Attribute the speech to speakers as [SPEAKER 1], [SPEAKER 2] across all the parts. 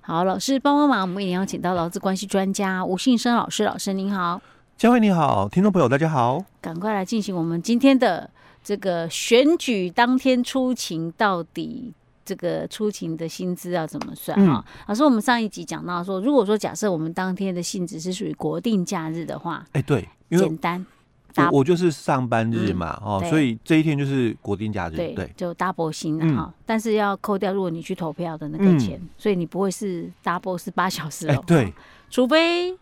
[SPEAKER 1] 好，老师帮帮忙，我们也邀请到劳资关系专家吴信生老师，老师您好，
[SPEAKER 2] 佳慧你好，听众朋友大家好。
[SPEAKER 1] 赶快来进行我们今天的这个选举当天出勤到底。这个出勤的薪资要怎么算啊？
[SPEAKER 2] 嗯
[SPEAKER 1] 老师，我们上一集讲到说，如果说假设我们当天的性质是属于国定假日的话，
[SPEAKER 2] 哎、对，因为
[SPEAKER 1] 简单
[SPEAKER 2] 我
[SPEAKER 1] 搭
[SPEAKER 2] 我就是上班日嘛，哦
[SPEAKER 1] 对，
[SPEAKER 2] 所以这一天就是国定假日，
[SPEAKER 1] 对
[SPEAKER 2] 嗯对，嗯
[SPEAKER 1] 就 double 薪啊哈，但是要扣掉如果你去投票的那个钱，所以你不会是 double 是八小时
[SPEAKER 2] 哎、
[SPEAKER 1] 哦，
[SPEAKER 2] 对，
[SPEAKER 1] 除非。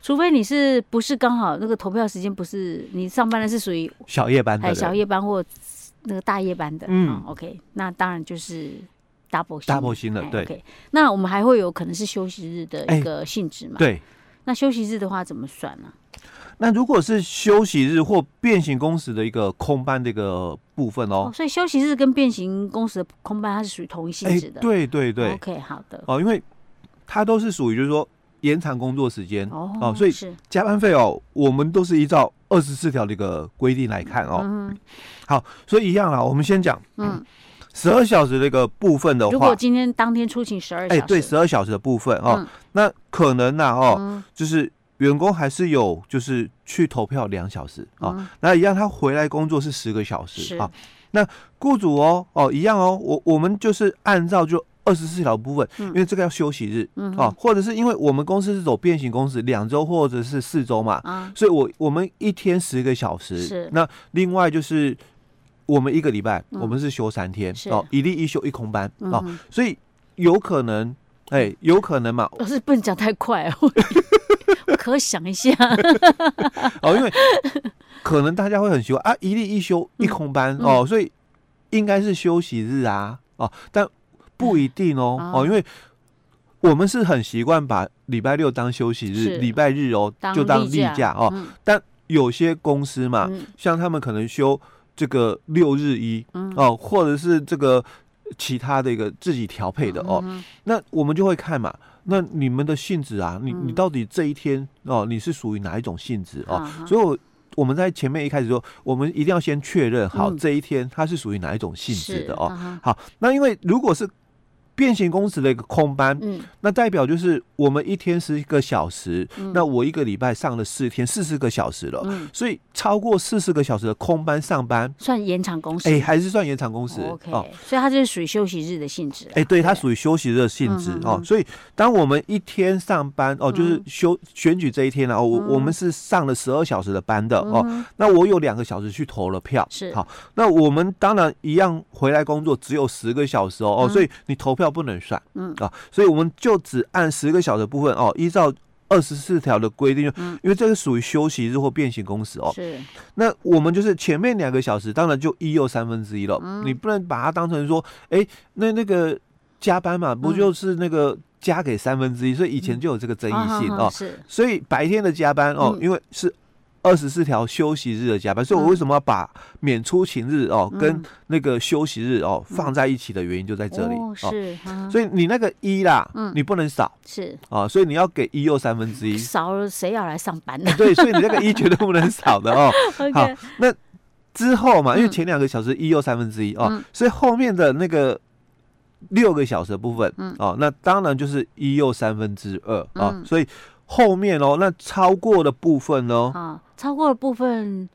[SPEAKER 1] 除非你是不是刚好那个投票时间不是你上班的是属于
[SPEAKER 2] 小夜班的
[SPEAKER 1] 哎
[SPEAKER 2] 人，
[SPEAKER 1] 小夜班或那个大夜班的，嗯、
[SPEAKER 2] 嗯
[SPEAKER 1] o k 那当然就是 double 薪
[SPEAKER 2] double 薪了
[SPEAKER 1] 哎，
[SPEAKER 2] 对哎
[SPEAKER 1] OK，那我们还会有可能是休息日的一个性质嘛？。
[SPEAKER 2] 对。
[SPEAKER 1] 那休息日的话怎么算呢、
[SPEAKER 2] 那如果是休息日或变形工时的一个空班的一个部分
[SPEAKER 1] 哦，
[SPEAKER 2] 哦，
[SPEAKER 1] 所以休息日跟变形工时的空班它是属于同一性质的。
[SPEAKER 2] 哎对对对，
[SPEAKER 1] OK，好的。
[SPEAKER 2] 哦，因为它都是属于就是说延长工作时间
[SPEAKER 1] 哦
[SPEAKER 2] 哦所以
[SPEAKER 1] 是
[SPEAKER 2] 加班费哦，我们都是依照二十四条的一个规定来看哦。
[SPEAKER 1] 嗯
[SPEAKER 2] 好，所以一样啦，我们先讲
[SPEAKER 1] 嗯，
[SPEAKER 2] 十二小时的一个部分的
[SPEAKER 1] 如
[SPEAKER 2] 话
[SPEAKER 1] 果，今天当天出勤十二小
[SPEAKER 2] 哎、
[SPEAKER 1] 时，
[SPEAKER 2] 对，十二小时的部分哦，
[SPEAKER 1] 嗯
[SPEAKER 2] 那可能呐、哦，
[SPEAKER 1] 嗯
[SPEAKER 2] 就是员工还是有就是去投票两小时啊、
[SPEAKER 1] 嗯
[SPEAKER 2] 那一样他回来工作是十个小
[SPEAKER 1] 是
[SPEAKER 2] 时啊。雇主哦哦一样哦，我我们就是按照就二十四条部分，
[SPEAKER 1] 嗯
[SPEAKER 2] 因为这个要休息日
[SPEAKER 1] 嗯
[SPEAKER 2] 啊，或者是因为我们公司是走变形工时，两周或者是四周嘛，
[SPEAKER 1] 啊，
[SPEAKER 2] 所以我我们一天十个小
[SPEAKER 1] 是
[SPEAKER 2] 时，那另外就是。我们一个礼拜，
[SPEAKER 1] 嗯
[SPEAKER 2] 我们是休三天
[SPEAKER 1] 是
[SPEAKER 2] 哦，一例一休一空班
[SPEAKER 1] 嗯
[SPEAKER 2] 哦，
[SPEAKER 1] 哼
[SPEAKER 2] 所以有可能，哎，有可 能嘛，
[SPEAKER 1] 老师不能讲太快哦， 我可想一下。
[SPEAKER 2] 哦，因为可能大家会很奇怪啊，一例一休
[SPEAKER 1] 嗯
[SPEAKER 2] 一空班、哦，所以应该是休息日啊，哦，但不一定哦，
[SPEAKER 1] 嗯
[SPEAKER 2] 哦，因为我们是很习惯把礼拜六当休息
[SPEAKER 1] 是
[SPEAKER 2] 日，礼拜日哦就当
[SPEAKER 1] 例
[SPEAKER 2] 例假哦，啊
[SPEAKER 1] 嗯
[SPEAKER 2] 有些公司嘛，
[SPEAKER 1] 嗯
[SPEAKER 2] 像他们可能休这个六日一、
[SPEAKER 1] 嗯
[SPEAKER 2] 哦，或者是这个其他的一个自己调配的哦，
[SPEAKER 1] 嗯
[SPEAKER 2] 那我们就会看嘛。那你们的性质啊，你你
[SPEAKER 1] 嗯
[SPEAKER 2] 到底这一天哦，你是属于哪一种性质哦？
[SPEAKER 1] 啊
[SPEAKER 2] 所以我，我们在前面一开始说，我们一定要先确认好
[SPEAKER 1] 嗯
[SPEAKER 2] 这一天它是属于哪一种性质的哦。，
[SPEAKER 1] 是啊嗯
[SPEAKER 2] 好，那因为如果是变形工时的一个空班，
[SPEAKER 1] 嗯
[SPEAKER 2] 那代表就是我们一天十个小时，
[SPEAKER 1] 嗯
[SPEAKER 2] 那我一个礼拜上了四天，四十个小时了，
[SPEAKER 1] 嗯，
[SPEAKER 2] 所以超过四十个小时的空班上班，
[SPEAKER 1] 算延长工时。哦
[SPEAKER 2] 哎、还是算延长工时哦
[SPEAKER 1] OK，、所以它就是属于休息日的性质啊。
[SPEAKER 2] 哎、对，它
[SPEAKER 1] 于
[SPEAKER 2] 属于休息日的性质
[SPEAKER 1] 嗯嗯
[SPEAKER 2] 哦
[SPEAKER 1] 嗯，
[SPEAKER 2] 所以当我们一天上班哦，就是
[SPEAKER 1] 嗯
[SPEAKER 2] 休选举这一天呢、哦，我我
[SPEAKER 1] 嗯
[SPEAKER 2] 们是上了十二小时的班的哦，那我有两个小时去投了票，
[SPEAKER 1] 是
[SPEAKER 2] 好，那我们当然一样回来工作只有十个小时哦，哦，
[SPEAKER 1] 嗯
[SPEAKER 2] 所以你投票不能算，
[SPEAKER 1] 嗯
[SPEAKER 2] 啊，所以我们就只按十个小时的部分哦，依照二十四条的规定，
[SPEAKER 1] 嗯
[SPEAKER 2] 因为这个属于休息日或变形工时哦，
[SPEAKER 1] 是
[SPEAKER 2] 那我们就是前面两个小时，当然就一又三分之一了，
[SPEAKER 1] 嗯
[SPEAKER 2] 你不能把它当成说，哎、那那个加班嘛，不
[SPEAKER 1] 嗯
[SPEAKER 2] 就是那个加给三分之一，所以以前就有这个争议性
[SPEAKER 1] 啊
[SPEAKER 2] 哦，
[SPEAKER 1] 是
[SPEAKER 2] 所以白天的加班哦，
[SPEAKER 1] 嗯
[SPEAKER 2] 因为是二十四条休息日的加班，所以我为什么要把免出勤日哦跟
[SPEAKER 1] 嗯
[SPEAKER 2] 那个休息日哦放在一起的原因就在这里
[SPEAKER 1] 哦
[SPEAKER 2] 哦。
[SPEAKER 1] 是，啊
[SPEAKER 2] 所以你那个一啦
[SPEAKER 1] 嗯，
[SPEAKER 2] 你不能少
[SPEAKER 1] 是
[SPEAKER 2] 啊，所以你要给一又三分之 一。
[SPEAKER 1] 少了谁要来上班呢
[SPEAKER 2] 对，所以你那个一绝对不能少的哦。好
[SPEAKER 1] ？OK，，
[SPEAKER 2] 那之后嘛，因为
[SPEAKER 1] 嗯
[SPEAKER 2] 前两个小时一又三分之一哦
[SPEAKER 1] 嗯，
[SPEAKER 2] 所以后面的那个六个小时的部分
[SPEAKER 1] 嗯
[SPEAKER 2] 哦，那当然就是一又三分之二啊
[SPEAKER 1] 嗯，
[SPEAKER 2] 所以后面哦，那超过的部分哦呢，
[SPEAKER 1] 啊，超过的部分，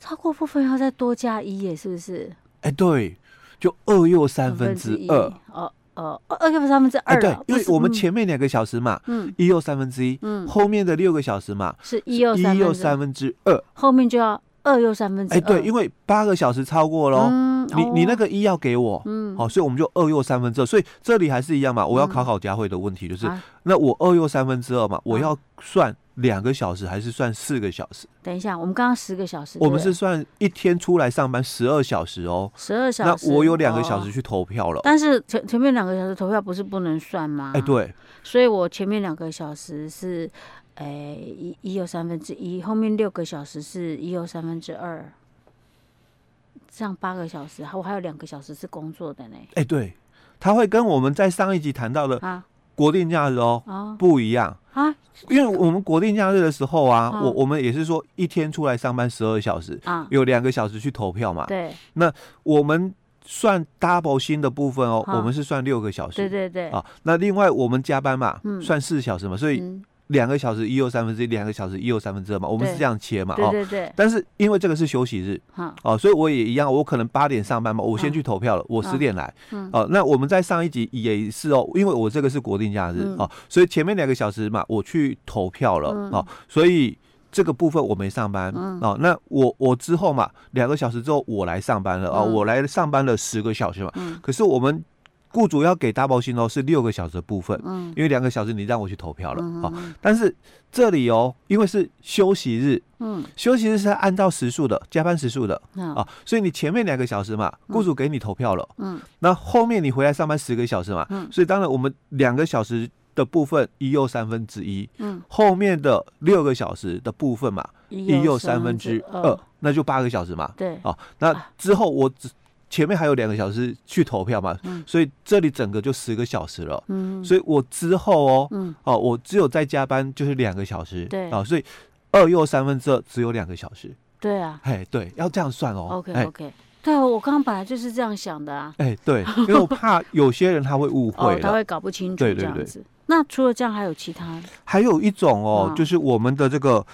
[SPEAKER 1] 超过部分要再多加一耶，是不是？
[SPEAKER 2] 哎，对，就二又三分之
[SPEAKER 1] 一
[SPEAKER 2] 二，
[SPEAKER 1] 哦哦，二二又三分之
[SPEAKER 2] 哎，
[SPEAKER 1] 二
[SPEAKER 2] 对
[SPEAKER 1] 了，，
[SPEAKER 2] 因为
[SPEAKER 1] 不是
[SPEAKER 2] 我们
[SPEAKER 1] 嗯
[SPEAKER 2] 前面两个小时嘛，
[SPEAKER 1] 嗯
[SPEAKER 2] 一又三分之一，
[SPEAKER 1] 嗯
[SPEAKER 2] 后面的六个小时嘛，
[SPEAKER 1] 是一
[SPEAKER 2] 一
[SPEAKER 1] 又三
[SPEAKER 2] 又
[SPEAKER 1] 分之二
[SPEAKER 2] 三分之二，
[SPEAKER 1] 后面就要二嗯哦又三分之
[SPEAKER 2] 哎，对，因
[SPEAKER 1] 为
[SPEAKER 2] 为八个小时超过喽，你你那
[SPEAKER 1] 个
[SPEAKER 2] 个哦一要给我，
[SPEAKER 1] 嗯
[SPEAKER 2] 好、所以我们就二又三分之二，所以这里还是一样嘛。我要考考佳慧的问题就是，
[SPEAKER 1] 啊
[SPEAKER 2] 那我二又三分之二嘛，我要算两个小时还是算四个小时？
[SPEAKER 1] 等一下，我们刚刚十个小时，
[SPEAKER 2] 我们是算一天出来上班十二小时哦，
[SPEAKER 1] 十二小
[SPEAKER 2] 那
[SPEAKER 1] 时，
[SPEAKER 2] 我有两个小
[SPEAKER 1] 哦
[SPEAKER 2] 时去投票了。
[SPEAKER 1] 但是前前面两个小时投票不是不能算吗？
[SPEAKER 2] 哎、，对，
[SPEAKER 1] 所以我前面两个小时是，哎、一一又三分之一，后面六个小时是一又三分之二，这样八个小时，我还有两个小时是工作的呢。
[SPEAKER 2] 哎、对，它会跟我们在上一集谈到的
[SPEAKER 1] 啊
[SPEAKER 2] 国定假日哦
[SPEAKER 1] 哦
[SPEAKER 2] 不一样，
[SPEAKER 1] 啊
[SPEAKER 2] 因为我们国定假日的时候啊，
[SPEAKER 1] 嗯
[SPEAKER 2] 我我们也是说一天出来上班十二小时，
[SPEAKER 1] 啊，
[SPEAKER 2] 有两个小时去投票嘛。
[SPEAKER 1] 对，
[SPEAKER 2] 我们算 double 薪的部分哦，
[SPEAKER 1] 好
[SPEAKER 2] 我们是算六个小时。
[SPEAKER 1] 对对对，
[SPEAKER 2] 啊，那另外我们加班嘛，
[SPEAKER 1] 嗯
[SPEAKER 2] 算四小时嘛，所以
[SPEAKER 1] 嗯，
[SPEAKER 2] 两个小时一又三分之一，两个小时一又三分之二嘛，我们
[SPEAKER 1] 对
[SPEAKER 2] 是这样切嘛，
[SPEAKER 1] 对
[SPEAKER 2] 哦。
[SPEAKER 1] 对对，
[SPEAKER 2] 但是因为这个是休息日
[SPEAKER 1] 好，
[SPEAKER 2] 哦，所以我也一样，我可能八点上班嘛，我先
[SPEAKER 1] 嗯
[SPEAKER 2] 去投票了，我十
[SPEAKER 1] 嗯
[SPEAKER 2] 点来。
[SPEAKER 1] 嗯
[SPEAKER 2] 哦，那我们在上一集也是哦，因为我这个是国定假日
[SPEAKER 1] 嗯
[SPEAKER 2] 哦，所以前面两个小时嘛，我去投票了
[SPEAKER 1] 嗯
[SPEAKER 2] 哦，所以这个部分我没上班
[SPEAKER 1] 嗯
[SPEAKER 2] 哦。那我我之后嘛，两个小时之后我来上班了哦，
[SPEAKER 1] 嗯
[SPEAKER 2] 我来上班了十个小时嘛。
[SPEAKER 1] 嗯
[SPEAKER 2] 可是我们雇主要给 double 薪哦，是六个小时的部分，
[SPEAKER 1] 嗯，
[SPEAKER 2] 因为两个小时你让我去投票了
[SPEAKER 1] 嗯
[SPEAKER 2] 哦。但是这里哦，因为是休息日，
[SPEAKER 1] 嗯，
[SPEAKER 2] 休息日是按照时数的，加班时数的
[SPEAKER 1] 好，
[SPEAKER 2] 啊，所以你前面两个小时嘛，雇主给你投票了。
[SPEAKER 1] 嗯
[SPEAKER 2] 那后面你回来上班十个小时嘛，
[SPEAKER 1] 嗯
[SPEAKER 2] 所以当然我们两个小时的部分一又三分之一，
[SPEAKER 1] 嗯，
[SPEAKER 2] 后面的六个小时的部分嘛一又三分之二，，那就八个小时嘛。
[SPEAKER 1] 对，
[SPEAKER 2] 哦，那之后我只前面还有两个小时去投票嘛，
[SPEAKER 1] 嗯
[SPEAKER 2] 所以这里整个就十个小时了。
[SPEAKER 1] 嗯，
[SPEAKER 2] 所以我之后哦，
[SPEAKER 1] 嗯
[SPEAKER 2] 哦，我只有在加班就是两个小时，
[SPEAKER 1] 对
[SPEAKER 2] 啊、所以二又三分之二只有两个小时，
[SPEAKER 1] 对啊
[SPEAKER 2] 哎，对，要这样算哦。
[SPEAKER 1] ，OK
[SPEAKER 2] 哎
[SPEAKER 1] OK，对啊，我刚刚本来就是这样想的啊，
[SPEAKER 2] 哎，对，因为我怕有些人他会误会
[SPEAKER 1] 哦，
[SPEAKER 2] 了
[SPEAKER 1] 他，会搞不清楚
[SPEAKER 2] 对
[SPEAKER 1] 这
[SPEAKER 2] 对
[SPEAKER 1] 样
[SPEAKER 2] 对
[SPEAKER 1] 子。那除了这样，还有其他的？
[SPEAKER 2] 还有一种哦，
[SPEAKER 1] 嗯
[SPEAKER 2] 就是我们的这个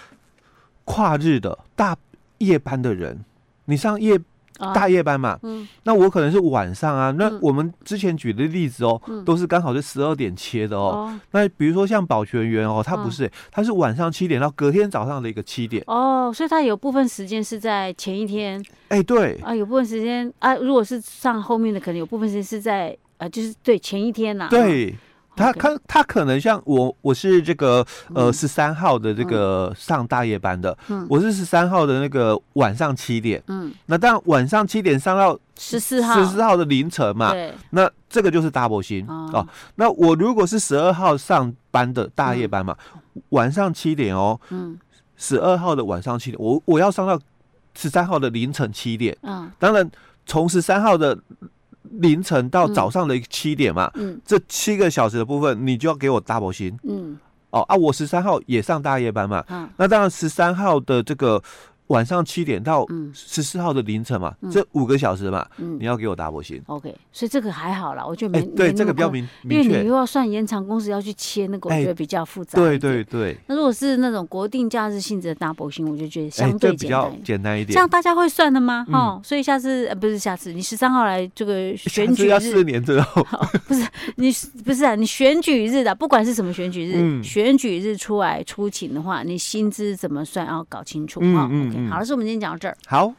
[SPEAKER 2] 跨日的大夜班的人，你上夜
[SPEAKER 1] 啊
[SPEAKER 2] 大夜班嘛，
[SPEAKER 1] 嗯
[SPEAKER 2] 那我可能是晚上啊。那
[SPEAKER 1] 嗯
[SPEAKER 2] 我们之前举的例子哦，
[SPEAKER 1] 嗯
[SPEAKER 2] 都是刚好是十二点切的哦。
[SPEAKER 1] 哦
[SPEAKER 2] 那比如说像保全员哦，他
[SPEAKER 1] 嗯
[SPEAKER 2] 不是、他是晚上七点到隔天早上的一个七点。
[SPEAKER 1] 哦，所以他有部分时间是在前一天
[SPEAKER 2] 哎、对，
[SPEAKER 1] 啊，有部分时间啊，如果是上后面的，可能有部分时间是在啊，就是对前一天呐。啊
[SPEAKER 2] 对。他
[SPEAKER 1] OK
[SPEAKER 2] 他他可能像我，我是这个呃
[SPEAKER 1] 嗯
[SPEAKER 2] 十三号的这个上大夜班的，
[SPEAKER 1] 嗯
[SPEAKER 2] 我是十三号的那个晚上七点，
[SPEAKER 1] 嗯，
[SPEAKER 2] 那当然晚上七点上到
[SPEAKER 1] 十四号，
[SPEAKER 2] 十四号的凌晨嘛，
[SPEAKER 1] 对，
[SPEAKER 2] 那这个就是 double 薪
[SPEAKER 1] 哦
[SPEAKER 2] 哦。那我如果是十二号上班的大夜班嘛，晚上七点哦，
[SPEAKER 1] 嗯
[SPEAKER 2] 十二号的晚上七点，我我要上到十三号的凌晨七点。
[SPEAKER 1] 嗯
[SPEAKER 2] 当然，从十三号的凌晨到早上的七点嘛，
[SPEAKER 1] 嗯
[SPEAKER 2] 这七个小时的部分，你就要给我 double 薪
[SPEAKER 1] 嗯
[SPEAKER 2] 哦啊！我十三号也上大夜班嘛，
[SPEAKER 1] 嗯
[SPEAKER 2] 那当然十三号的这个晚上七点到
[SPEAKER 1] 嗯
[SPEAKER 2] 十四号的凌晨嘛，
[SPEAKER 1] 嗯
[SPEAKER 2] 这五个小时嘛，你
[SPEAKER 1] 嗯
[SPEAKER 2] 要给我 double 薪。
[SPEAKER 1] ，OK，所以这个还好啦，我觉得
[SPEAKER 2] 哎、
[SPEAKER 1] 没
[SPEAKER 2] 对，这个比较
[SPEAKER 1] 明，因
[SPEAKER 2] 明明
[SPEAKER 1] 为你
[SPEAKER 2] 确
[SPEAKER 1] 又。要算延长工时，要去切那个，我
[SPEAKER 2] 哎
[SPEAKER 1] 觉得比较复杂。
[SPEAKER 2] 对对。对，
[SPEAKER 1] 那如果是那种国定假日性质的大博星，我就觉得
[SPEAKER 2] 哎，
[SPEAKER 1] 相
[SPEAKER 2] 这
[SPEAKER 1] 对
[SPEAKER 2] 比
[SPEAKER 1] 简
[SPEAKER 2] 较
[SPEAKER 1] 单一点。
[SPEAKER 2] 简单一
[SPEAKER 1] 这
[SPEAKER 2] 点。
[SPEAKER 1] 样大家会算的吗？
[SPEAKER 2] 嗯
[SPEAKER 1] 哦，所以下次呃不是下次，你十三号来这个
[SPEAKER 2] 下
[SPEAKER 1] 选
[SPEAKER 2] 次
[SPEAKER 1] 举
[SPEAKER 2] 要
[SPEAKER 1] 日
[SPEAKER 2] 四，年之 后，
[SPEAKER 1] 你不是啊？你选举日的，不管是什么选举日，
[SPEAKER 2] 嗯
[SPEAKER 1] 选举日出来出勤的话，你薪资怎么算要搞清楚
[SPEAKER 2] 嗯
[SPEAKER 1] 啊、
[SPEAKER 2] 嗯
[SPEAKER 1] OK，
[SPEAKER 2] 嗯
[SPEAKER 1] 好了，是我们今天讲到这儿。
[SPEAKER 2] 好，